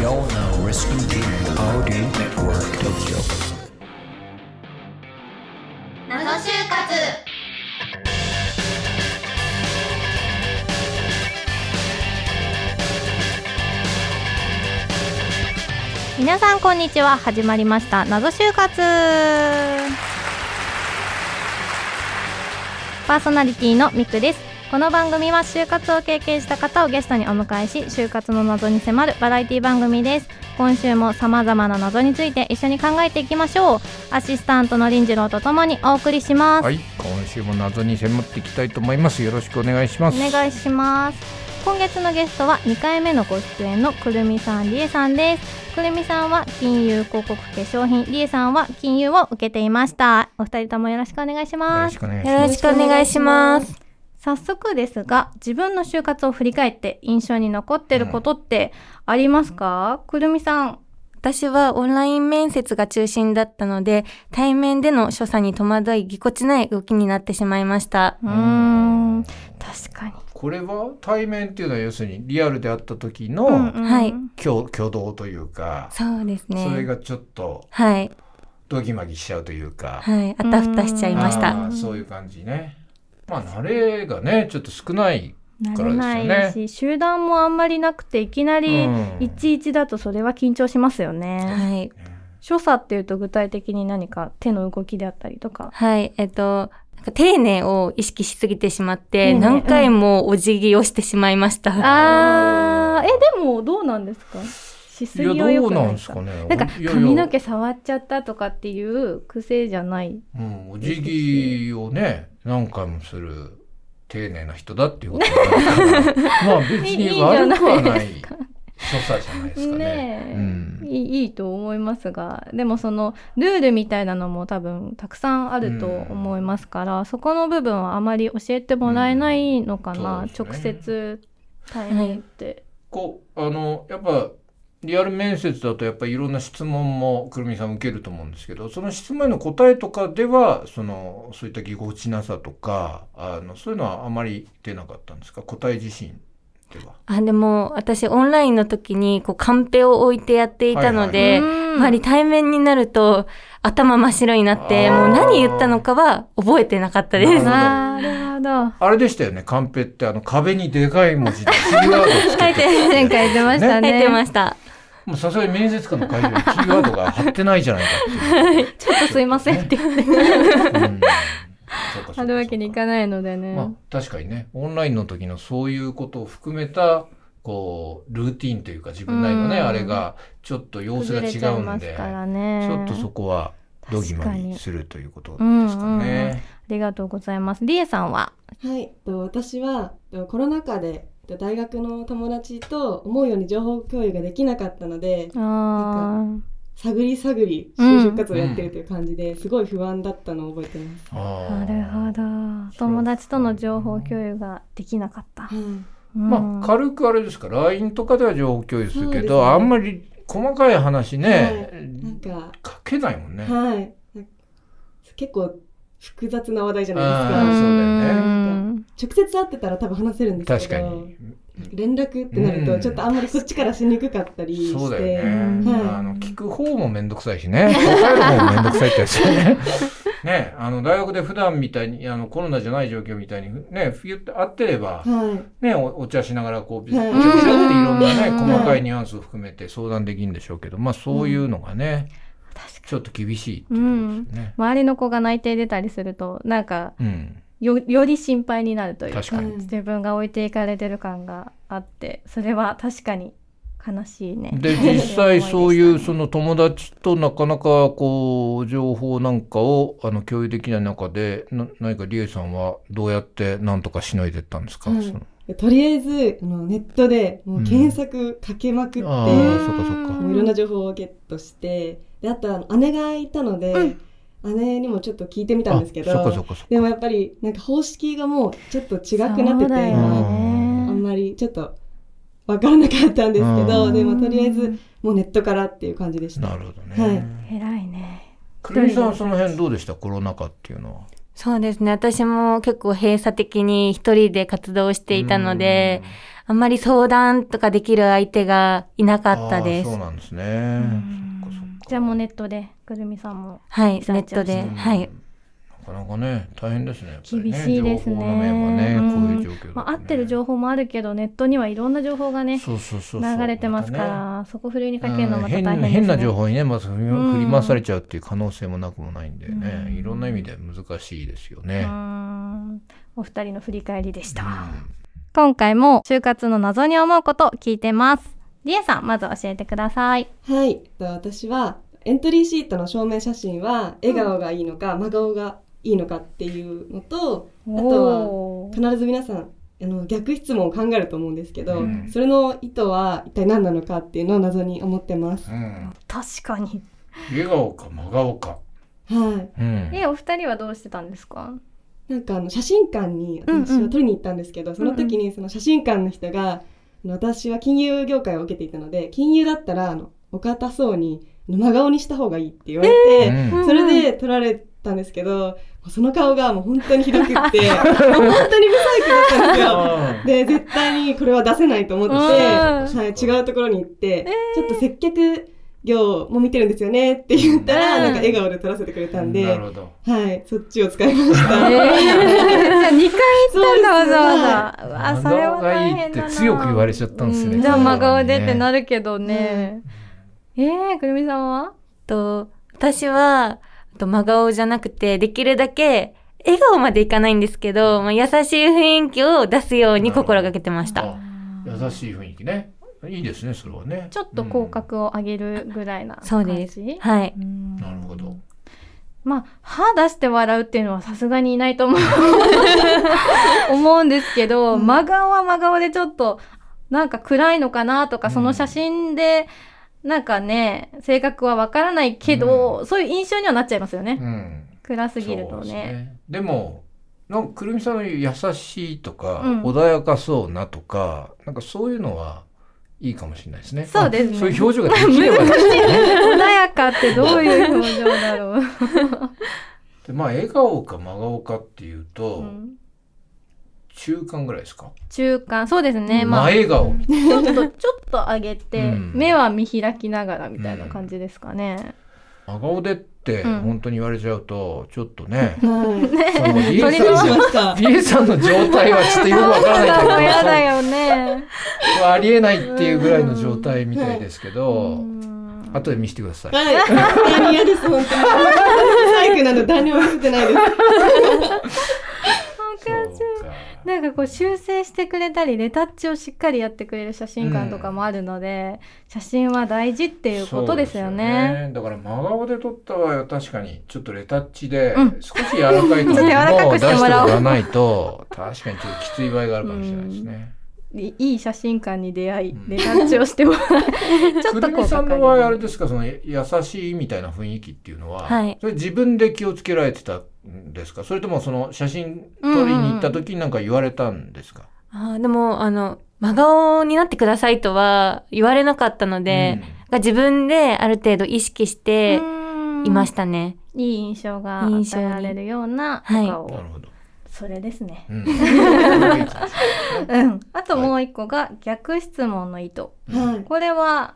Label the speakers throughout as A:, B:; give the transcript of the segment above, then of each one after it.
A: You're now listening to Audio Network Tokyo.
B: 謎就活
C: 皆さんこんにちは始まりました謎就活パーソナリティのみくですこの番組は就活を経験した方をゲストにお迎えし就活の謎に迫るバラエティ番組です今週も様々な謎について一緒に考えていきましょうアシスタントの林次郎とともにお送りします、
D: はい、今週も謎に迫っていきたいと思います。よろしくお願いします。
C: お願いします今月のゲストは2回目のご出演のくるみさんりえさんですくるみさんは金融広告化粧品りえさんは金融を受けていましたお二人ともよろしくお願いし
D: よ
C: ま
D: ろし
C: す
D: くお願いし
E: よ
D: ま
E: ろしくお願いします。
C: 早速ですが自分の就活を振り返って印象に残ってることってありますか、くるみさん
E: 私はオンライン面接が中心だったので、対面での所作に戸惑い、ぎこちない動きになってしまいました。
C: うーん確かに
D: す。これは対面っていうのは要するにリアルで会った時の
C: うんうん
E: はい
D: 挙,、挙動というか、
E: そうですね。
D: それがちょっと
E: はい。
D: ドギマギしちゃうというか、
E: はい。あたふたしちゃいまし
D: あ
E: た。
D: ーそういう感じね。まあ慣れがねちょっと少ない。
C: 慣
D: から
C: れ
D: ですよね
C: ないし、集団もあんまりなくていきなり
D: うん
C: 11だとそれは緊張しますよね、
E: はい。
C: 所作っていうと具体的に何か手の動きであったりとか。
E: はい。えっと、なんか丁寧を意識しすぎてしまっ
C: 丁
E: て、
C: 寧
E: 何回もお辞儀をしてしまいました。
C: あー、え、でもどうなんですかしすぎ
D: いや
C: は
D: ど
C: 良く
D: う
C: な
D: ないん
C: で
D: ですす
C: か
D: かね。
C: なんか
D: いやいや
C: 髪の毛触っちゃったとかっていう癖じゃない。
D: うん、お辞儀をね何回もする丁寧な人だっていう ことになるからまあ別に悪くはない所作じゃないですかね。
C: ねえ、
D: うん
C: いいいいと思いますがでもそのルールみたいなのも多分たくさんあると思いますから、そこの部分はあまり教えてもらえないのかな、
D: うんそう
C: 直
D: ですね
C: 接対面って。
D: こうあのやっぱリアル面接だとやっぱりいろんな質問もくるみさん受けると思うんですけどその質問への答えとかではそのそういったぎこちなさとかあのそういうのはあまり出なかったんですか答え自身では。
E: あ、でも、私、オンラインの時に、こう、カンペを置いてやっていたので、
C: う
E: や
C: ん
E: はり対面になると頭真っ白になって、
D: あー
E: もう何言ったのかは覚えてなかったです。
D: な
E: は
C: なるほど。
D: あれでしたよねカンペってあの壁にでかい文字でキーワードつけて
C: 前回出ました
E: い、
C: ね。
E: 出ました。
D: もうさすがに面接官の会議はキーワードが貼ってないじゃないかっていう。
C: ちょっとすいませんって言って
D: うん。
C: あるわけにい
D: ない。
C: かないのでね。
D: まあ確かにね、オンラインの時のそういうことを含めた、こう、ルーティンというか自分なりのね、
C: うん
D: あれが、ちょっと様子
C: 崩
D: が
C: れ
D: 違
C: ちゃいうま
D: ん
C: す
D: で、
C: からね。
D: ちょっとそこは、ドギマ
C: 確か
D: ギ
C: に
D: するということですかね。
C: ありがとうございます。りえさんは
F: はい、えっと私はえっとコロナ禍でえっと大学の友達と思うように情報共有ができなかったので
C: あー
F: 探り探り
C: うん
F: 就職活動をやってるという感じで、すごい不安だったのを覚えてます。
D: あ
C: な
D: ー
C: るほど。友達との情報共有ができなかった。うん
D: まあ、軽くあれですか、LINE とかでは情報共有するけ
F: そうです
D: ど、
F: ね
D: あんまり細かい話ね、
F: なんか、
D: 書けないもんね。
F: はい、なんか結構複雑な話題じゃない
D: あ
F: で
D: ー
F: すか。
D: そうだよね
C: うん
F: 直接会ってたら多分話せるんで
D: 確
F: すけ
D: か
F: ど、
D: に。
F: 連絡ってなる
D: う
F: と
D: ん
F: ちょっとあんまりこっちからしにくかったりして、
D: そうだよね。
F: はい
D: あの聞く方もめんどくさいしね。答える方もめんどくさいってやつね。ね、あの大学で普段みたいにあのコロナじゃない状況みたいにね、冬って会ってれば
F: はい、
D: ね、おお茶しながらこう、ちょ
F: はい
D: っとっていろんなね、
C: うん
D: 細かいニュアンスを含めて相談できるんでしょうけど、まあそういうのがね、
C: 確か
D: ちょっと厳しいっていうことですよね
C: に。周りの子が内定出たりするとなんか
D: うん、
C: よより心配になるというか
D: 確かに。
C: 自分が置いていかれてる感があってそれは確かに悲しいね。
D: で実際そういうその友達となかなかこう情報なんかをあの共有できない中でな何か理恵さんはどうやってなんとかしのいでったんですか、
F: はい
D: その
F: とりあえずあのネットでもう検索かけまくって、
D: ああそっかそっか
F: もういろんな情報をゲットしてであとあの姉がいたので、姉にもちょっと聞いてみたんですけ
D: あそっかそ
F: ど
D: っかそっか
F: でもやっぱりなんか方式がもうちょっと違くなって
C: そうだ
F: て、
C: よ
D: うん
F: あん
C: ね
F: まりちょっと分からなかったんですけど、
D: うん
F: でもとりあえずもうネットからっていう感じでした。
D: なるほどね、
F: はい
C: 偉いね。
D: くるみさんはその辺どうでしたコロナ禍っていうのは
E: そうですね。私も結構閉鎖的に一人で活動していたので、あんまり相談とかできる相手がいな
D: あ
E: かったです
D: そう。なんですね。そっかそっか
C: じゃあもうネットでくるみさんも
E: はい、
C: サ
E: ネ
C: ー
E: ッ
C: チをし
E: ト
C: て
E: で。
D: うん
E: はい。。
D: なかなかね、大変ですね。やっぱりね
C: 厳しいですね
D: 情報の面はね、
C: うん
D: こういう状況だとね
C: まあ、合ってる情報もあるけどネットにはいろんな情報がね
D: そうそうそうそう
C: 流れてますから、
D: ま
C: そこふるいに
D: た
C: か
D: ね
C: けるのまた大変です
D: うん
C: ね。
D: 変変な情報にね、まず振り
C: うん
D: 振り回されちゃうっていう可能性もなくもないんで
C: う
D: ね
C: ん、
D: いろんな意味で難しいですよ
C: う
D: ね。
C: ーんお二人の振り返りでした。
D: うん
C: 今回も就活の謎に思うこと聞いてます。リエさん、まず教えてください。
F: はい、と私はエントリーシートの証明写真は笑顔がいいのか、真顔がいいのかっていうのと
C: あ
F: と必ず皆さんあの逆質問を考えると思うんですけど、
D: うん
F: それの意図は一体何なのかっていうのを謎に思ってます。
D: うん
C: 確かに。
D: 笑顔か真顔か。
F: はい、
D: うん
C: え、お二人はどうしてたんですか
F: なんかあの写真館に
C: うんうん
F: 私は撮りに行ったんですけど、その時にその写真館の人が、あの私は金融業界を受けていたので金融だったらあのお堅そうにあの真顔にした方がいいって言われて、
D: うん
F: それで撮られたんですけど、もうその顔がもう本当にひどくって、もう本当に不細工だったんですよ。 で、絶対にこれは出せないと思って、
C: うん
F: はい、違うところに行って、ちょっと接客業も見てるんですよねって言ったら、
C: うん
F: なんか笑顔で撮らせてくれたん
D: な
F: で
D: る、ほど。
F: はい、そっちを使いまし
C: え
F: た。
C: 2回行ったんだ、わざわざ。うわ、
D: 真
C: それは
D: 顔がい
C: 大
D: い
C: 変
D: っ
C: だな。
D: て強く言われちゃったんです
C: う
D: ね。
C: んじゃあ真顔でって
D: る。
C: なるけどね。えー、くるみさんは
E: と、私は、あと真顔じゃなくて、できるだけ、笑顔までいかないんですけど、まあ、優しい雰囲気を出すように心がけてました。
D: あ優しい雰囲気ね。いいですね、それはね。
C: ちょっと口角を上げるぐらいな
E: そう
C: 感じ、
E: です。はい。
C: うん
D: なるほど。
C: まあ、歯出して笑うっていうのはさすがにいないと 思う思うんですけど、真顔は真顔でちょっとなんか暗いのかなとか、
D: うん
C: その写真でなんかね性格はわからないけど、
D: う
C: そういう印象にはなっちゃいますよね、
D: うん。
C: 暗すぎる
D: そう
C: と
D: です
C: ね。
D: ね。でも、なんかくるみさんの優しいとか、
C: うん
D: 穏やかそうなとか、なんかそういうのはいいかもしれないですね。
C: そうですね
D: そういう表情ができればいいで すね。
C: 穏やかってどういう表情だろう、
D: でまあ、笑顔か真顔かっていうと、
C: うん
D: 中間ぐらいですか。
C: 中間そうですね、
D: 真
C: まあ、ち
D: 笑顔。
C: ょっとちょっと上げて、
D: うん
C: 目は見開きながらみたいな感じですかね。
D: 真顔でって
C: うん
D: 本当に言われちゃうと、ちょっ とね、
F: はい。
D: そのリエ
C: 取り直
D: さ
F: し
D: ん
F: ました。
D: リエさんの状態はちょっとよくわからないんだけど、
C: や だよね。
D: ありえないっていうぐらいの状態みたいですけど、
C: うん
D: 後で見せてください。
F: はい。嫌です、本当に。サイクなの誰にも見せてないで
D: そ
F: す。
D: うか
C: なんかこう修正してくれたりレタッチをしっかりやってくれる写真館とかもあるので、写真は大事っていうことですよね。
D: そうですよねだから真顔で撮った場合は確かにちょっとレタッチで
C: うん
D: 少し柔らか い感じ
C: 柔らか
D: のを
C: く
D: 出
C: して
D: して
C: も
D: も
C: らおう
D: らわないと確かにちょっときつい場合があるかもしれないですね。
C: いいい写真館に出会い
D: うん
C: レタッチをして もらうちょっ
D: く
C: と
D: る
C: こ
D: み
C: う
D: さんの場合あれ
C: か
D: ですかその優しいみたいな雰囲気っていうのは、
E: はい
D: それ自分で気をつけられてたんですかそれともその写真撮りに行った時に何か言われたんですか、
E: あーでも、あの、真顔になってくださいとは言われなかったので、が自分である程度意識していましたね。
C: いい印象が与えられるような
E: 印象に
C: 顔を、
D: うんなるほど。
C: それですね。
D: うんそれがいいかもしれないですね
C: うん、あともう一個が逆質問の意図。
F: はい。
C: これは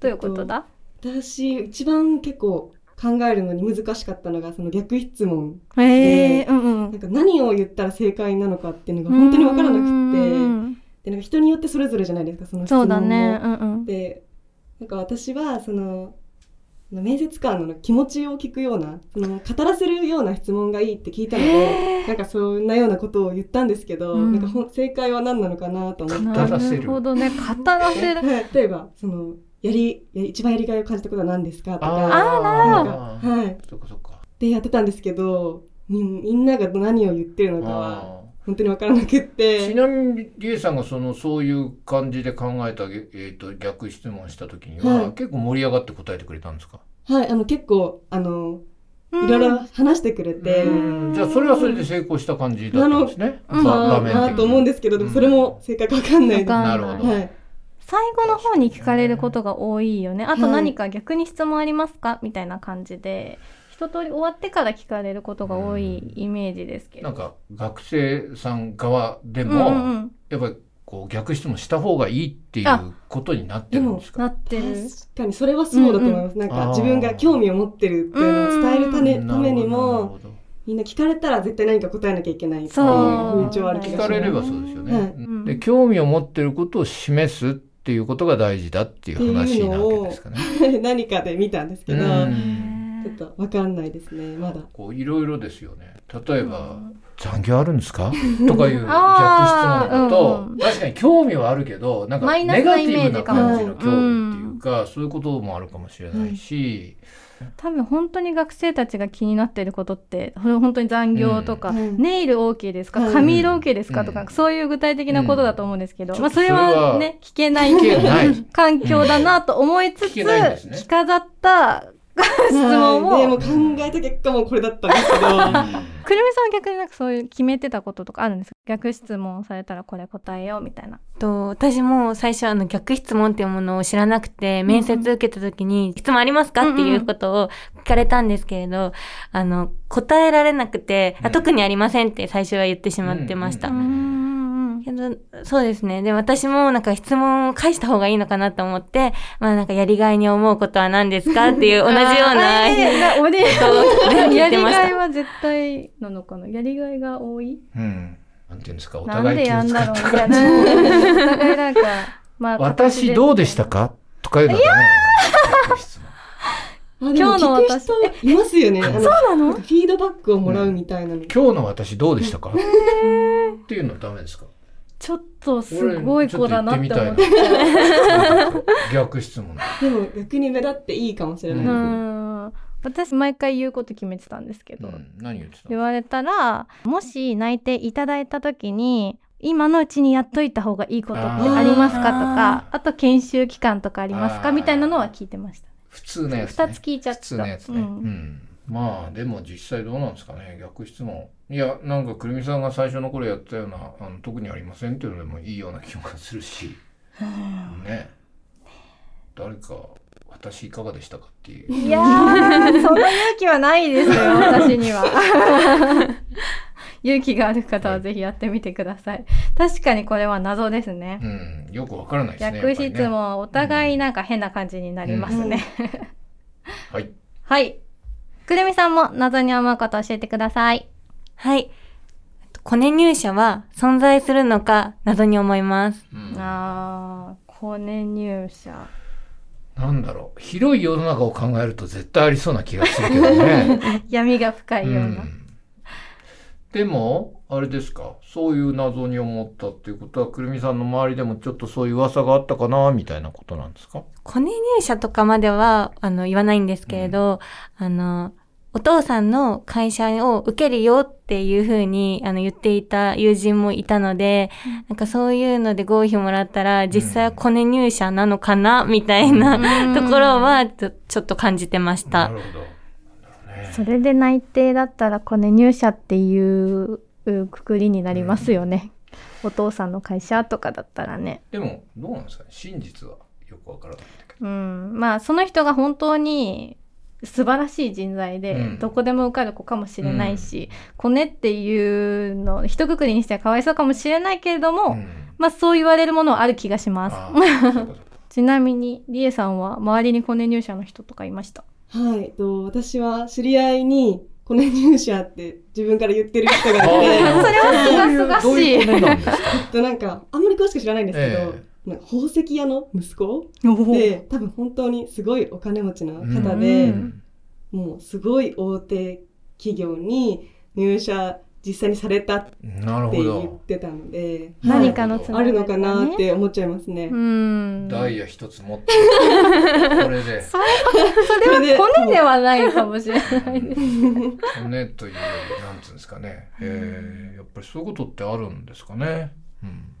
C: どういうことだ、
F: 私一番結構考えるのに難しかったのがその逆質問
C: え
F: え
C: えうんうん
F: なんか何を言ったら正解なのかっていうのが本当に分からなくってでなんか人によってそれぞれじゃないですかその質
C: そ
F: 問
C: う
F: も
C: だね。うんうん。
F: でなんか私はその面接官の気持ちを聞くようなその語らせるような質問がいいって聞いたのでなんかそんなようなことを言ったんですけど、
C: うん
F: なんかほん正解は何なのかなと思って
C: な
D: 語らせる
C: るほどね。語らせる。
F: はい例えばそのやりやり一番やりがいを感じたことは何ですかとか
D: あ
F: な
D: あ
F: んかはい
D: そっかそっか。
F: でやってたんですけどみみんなが何を言ってるのかは
D: あ
F: 本当に分からなくっ
D: ーち
F: て
D: なみにリエさんがそのそういう感じで考えた、げえー、と逆質問した時には、
F: はい
D: 結構盛り上がって答えてくれたんですか
F: はいあの結構あの
C: うん
F: いろいろ話してくれて
D: うんじゃあそれはそれで成功した感じだったんですね。
C: なの
D: 場
F: ま
D: 場
F: あ
D: 面的に
F: なあと思うんですけどでもそれも正解か分かんないです、
C: わ
D: なるほど。
F: はい
C: 最後の方に聞かれることが多いよね。あと
F: はい
C: 何か逆に質問ありますかみたいな感じで。一通り終わってから聞かれることが多いイメージですけど。
D: なんか学生さん側で
C: うんうんう
D: も、
C: ん、
D: やっぱりこう逆質問した方がいいっていうことになってるんです
C: な
D: か
C: ってる。
F: 確かにそれはそうだと思います、なん
D: あー
F: か自分が興味を持ってるっていうのを伝えるため,、
D: なるほど
F: ために
D: なる
F: も
D: ほど
F: みんな聞かれたら絶対何か答えなきゃいけないっていう
C: そう
F: 風潮ある気
D: 聞か
F: がし
D: れ
F: ま
D: れ
F: す
D: ばそうですよね、
F: はい
C: うん
D: で興味を持ってることを示すっていうことが大事だっていう話なわけですかね。
F: 何かで見たんですけど、
D: うん
F: ちょっとわかんないですねまだ
D: こういろいろですよね例え
C: う
D: ば、
C: ん
D: 残業あるんで すかとかいう逆質問
C: あー
D: だと、
C: うん
D: 確かに興味はあるけどなんか
C: マイナ
D: ネ
C: ス
D: ガ
C: な
D: テ
C: イメ
D: ィブ
C: ー
D: な
C: ジか
F: も
D: 感じの興味っていうか、そういうこともあるかもしれないし、
C: 多分本当に学生たちが気になってることってほん本当に残業とか、
F: うん
C: ネイル OK ですか、
F: うん
C: 髪色 OK ですか、と
D: う
C: か
D: ん
C: そういう具体的なことだと思うんですけど、
D: うん
C: まあ、
D: ちょ
C: そ
D: っ
C: れ
D: と
C: はね聞けない
D: 聞けない
C: 環境だなと思いつつ
D: 聞けないんですね
C: 着飾った質問
F: はいでも
C: を
F: う考えた結果もうこれだったん ですけど
C: くるみさんは逆になんかそういう決めてたこととかあるんですか逆質問されたらこれ答えようみたいな。
E: と私も最初あの逆質問っていうものを知らなくて、面接受けた時に質問ありますかっていうことを聞かれたんですけれど、あの、答えられなくて、
D: う
E: あ
D: ん
E: 特にありませんって最初は言ってしまってました。
D: うんうん
E: けど、そうですね。で、私もなんか質問を返した方がいいのかなと思って、まあなんかやりがいに思うことは何ですかっていう同じような、
C: おで
E: ことを言
C: や
E: って
C: り
E: ました
C: がいは絶対なのかなやりがいが多い
D: うんなんていうんですかお
C: なん
D: 互
C: で
D: い気
C: や
D: を
C: ん
D: 使
C: だろ
D: っ
C: うみ
D: た
C: たい
D: 感
C: な。
D: じ
C: お互いなんか、 まあ、
D: 私どうでしたかとかいうのがね逆質問
F: あでも
C: 今日の
F: 聞く
C: 私
F: 人いますよ ねあの
C: そうなの
F: なんかフィードバックをもらうみたいなの、
D: 今日の私どうでしたかっていうのはダメですか
C: ちょっとすごい子だなって思っ
D: 俺ち
C: て。
D: 逆質問
F: でも逆に目立っていいかもしれな
C: う。
F: い、
D: みたいなん
C: 私毎回言うこと決めてたんですけど、
D: うん何言ってた
C: 言
D: の
C: われたらもし内定いただいた時に今のうちにやっといた方がいいことってありますかとかあと研修期間とかあります
D: あ
C: か
D: ー
C: みたいなのは聞いてました、
D: 普通のやつ、ね、
C: 二つ聞いちゃっ
D: 普
C: た
D: 通のやつね、
C: う
D: うんんまあでも実際どうなんですかね逆質問いやなんかくるみさんが最初の頃やったようなあの特にありませんっていうのでもいいような気がするしね誰か「私いかがでしたか?」っていう
C: いやーそんな勇気はないですよ私には勇気がある方はぜひやってみてください確かにこれは謎ですね、
D: うんよくわからないですね
C: 逆質
D: やっぱ
C: 問はお互いなんか変な感じになりますね、
F: うんうん
D: りね
C: はいくるみさんも謎に思うこと教えてください
E: はい。コネ入社は存在するのか謎に思います。
D: はい、
C: あーコネ入社
D: うん、なんだろう広い世の中を考えると絶対ありそうな気がするけどね
C: 闇が深いような、
D: でもあれですかそういう謎に思ったっていうことはくるみさんの周りでもちょっとそういう噂があったかなみたいなことなんですか
E: コネ入社とかまでは、あの、言わないんですけれど、あの、お父さんの会社を受けるよっていうふうに、あの、言っていた友人もいたので、なんかそういうので合否もらったら、実際はコネ入社なのかな、みたいな
C: うん
E: ところはちょ、ちょっと感じてました。
D: るほど
C: それで内定だったらコネ入社っていううくくりになりますよね、お父さんの会社とかだったらね
D: でもどうなんですかね真実はよくわからないんだけ
C: うんまあその人が本当に素晴らしい人材で、
D: うん
C: どこでも受かる子かもしれないし、コネっていうの一括りにしてはかわいそうかもしれないけれども、
D: ど、うん
C: まあそう言われるものはある気がしま
D: あ
C: す
D: ーそういうこと
C: ちなみにリエさんは周りにコネ入社の人とかいました
F: はい、えっと私は知り合いにこの入社って自分から言ってる人が
D: あ
F: いて
D: ー
C: それはすがす
D: ど
C: が
D: う
C: し
D: い
C: いう
D: どういうことなんですか
F: えっとなんかあんまり詳しく知らないんですけど、
D: え
F: なんか宝石屋の息子
C: で
F: で多分本当にすごいお金持ちの方
C: う
F: で、
C: ん
F: もうすごい大手企業に入社実際にされたって
D: なるほ
F: 言っ
D: ど
F: てたので
D: はい
C: 何かのつ
F: あ
C: ながり
F: るの
C: が
F: か
C: ね
F: なって思っちゃいますね。
C: うん
D: ダイヤ一つ持ってこれで
C: それはそれはコネではないかもしれないです
D: 骨というよりなんていうんですかね、えー、やっぱりそういうことってあるんですかね、うん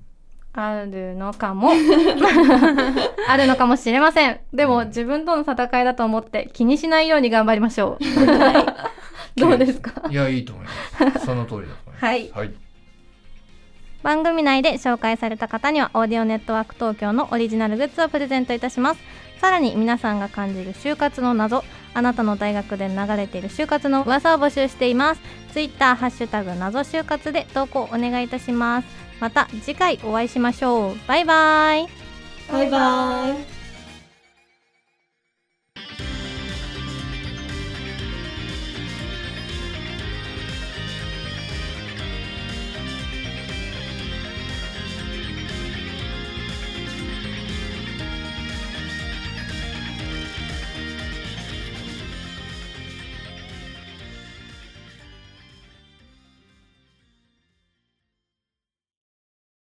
C: あるのかも あるのかもしれませんでも自分との戦いだと思って気にしないように頑張りましょう どうですか
D: いやいいと思いますその通りだと思います
C: はい
D: はい
C: 番組内で紹介された方にはオーディオネットワーク東京のオリジナルグッズをプレゼントいたしますさらに皆さんが感じる就活の謎あなたの大学で流れている就活の噂を募集していますツイッターハッシュタグ謎就活で投稿お願いいたしますまた次回お会いしましょうバイバイ
F: バイバイ